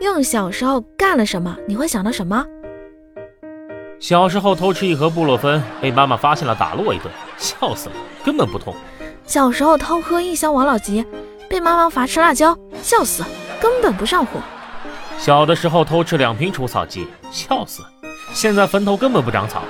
用小时候干了什么，你会想到什么？小时候偷吃一盒布洛芬，被妈妈发现了，打了我一顿，笑死了，根本不痛。小时候偷喝一箱王老吉，被妈妈罚吃辣椒，笑死，根本不上火。小的时候偷吃两瓶除草剂，笑死。现在坟头根本不长草，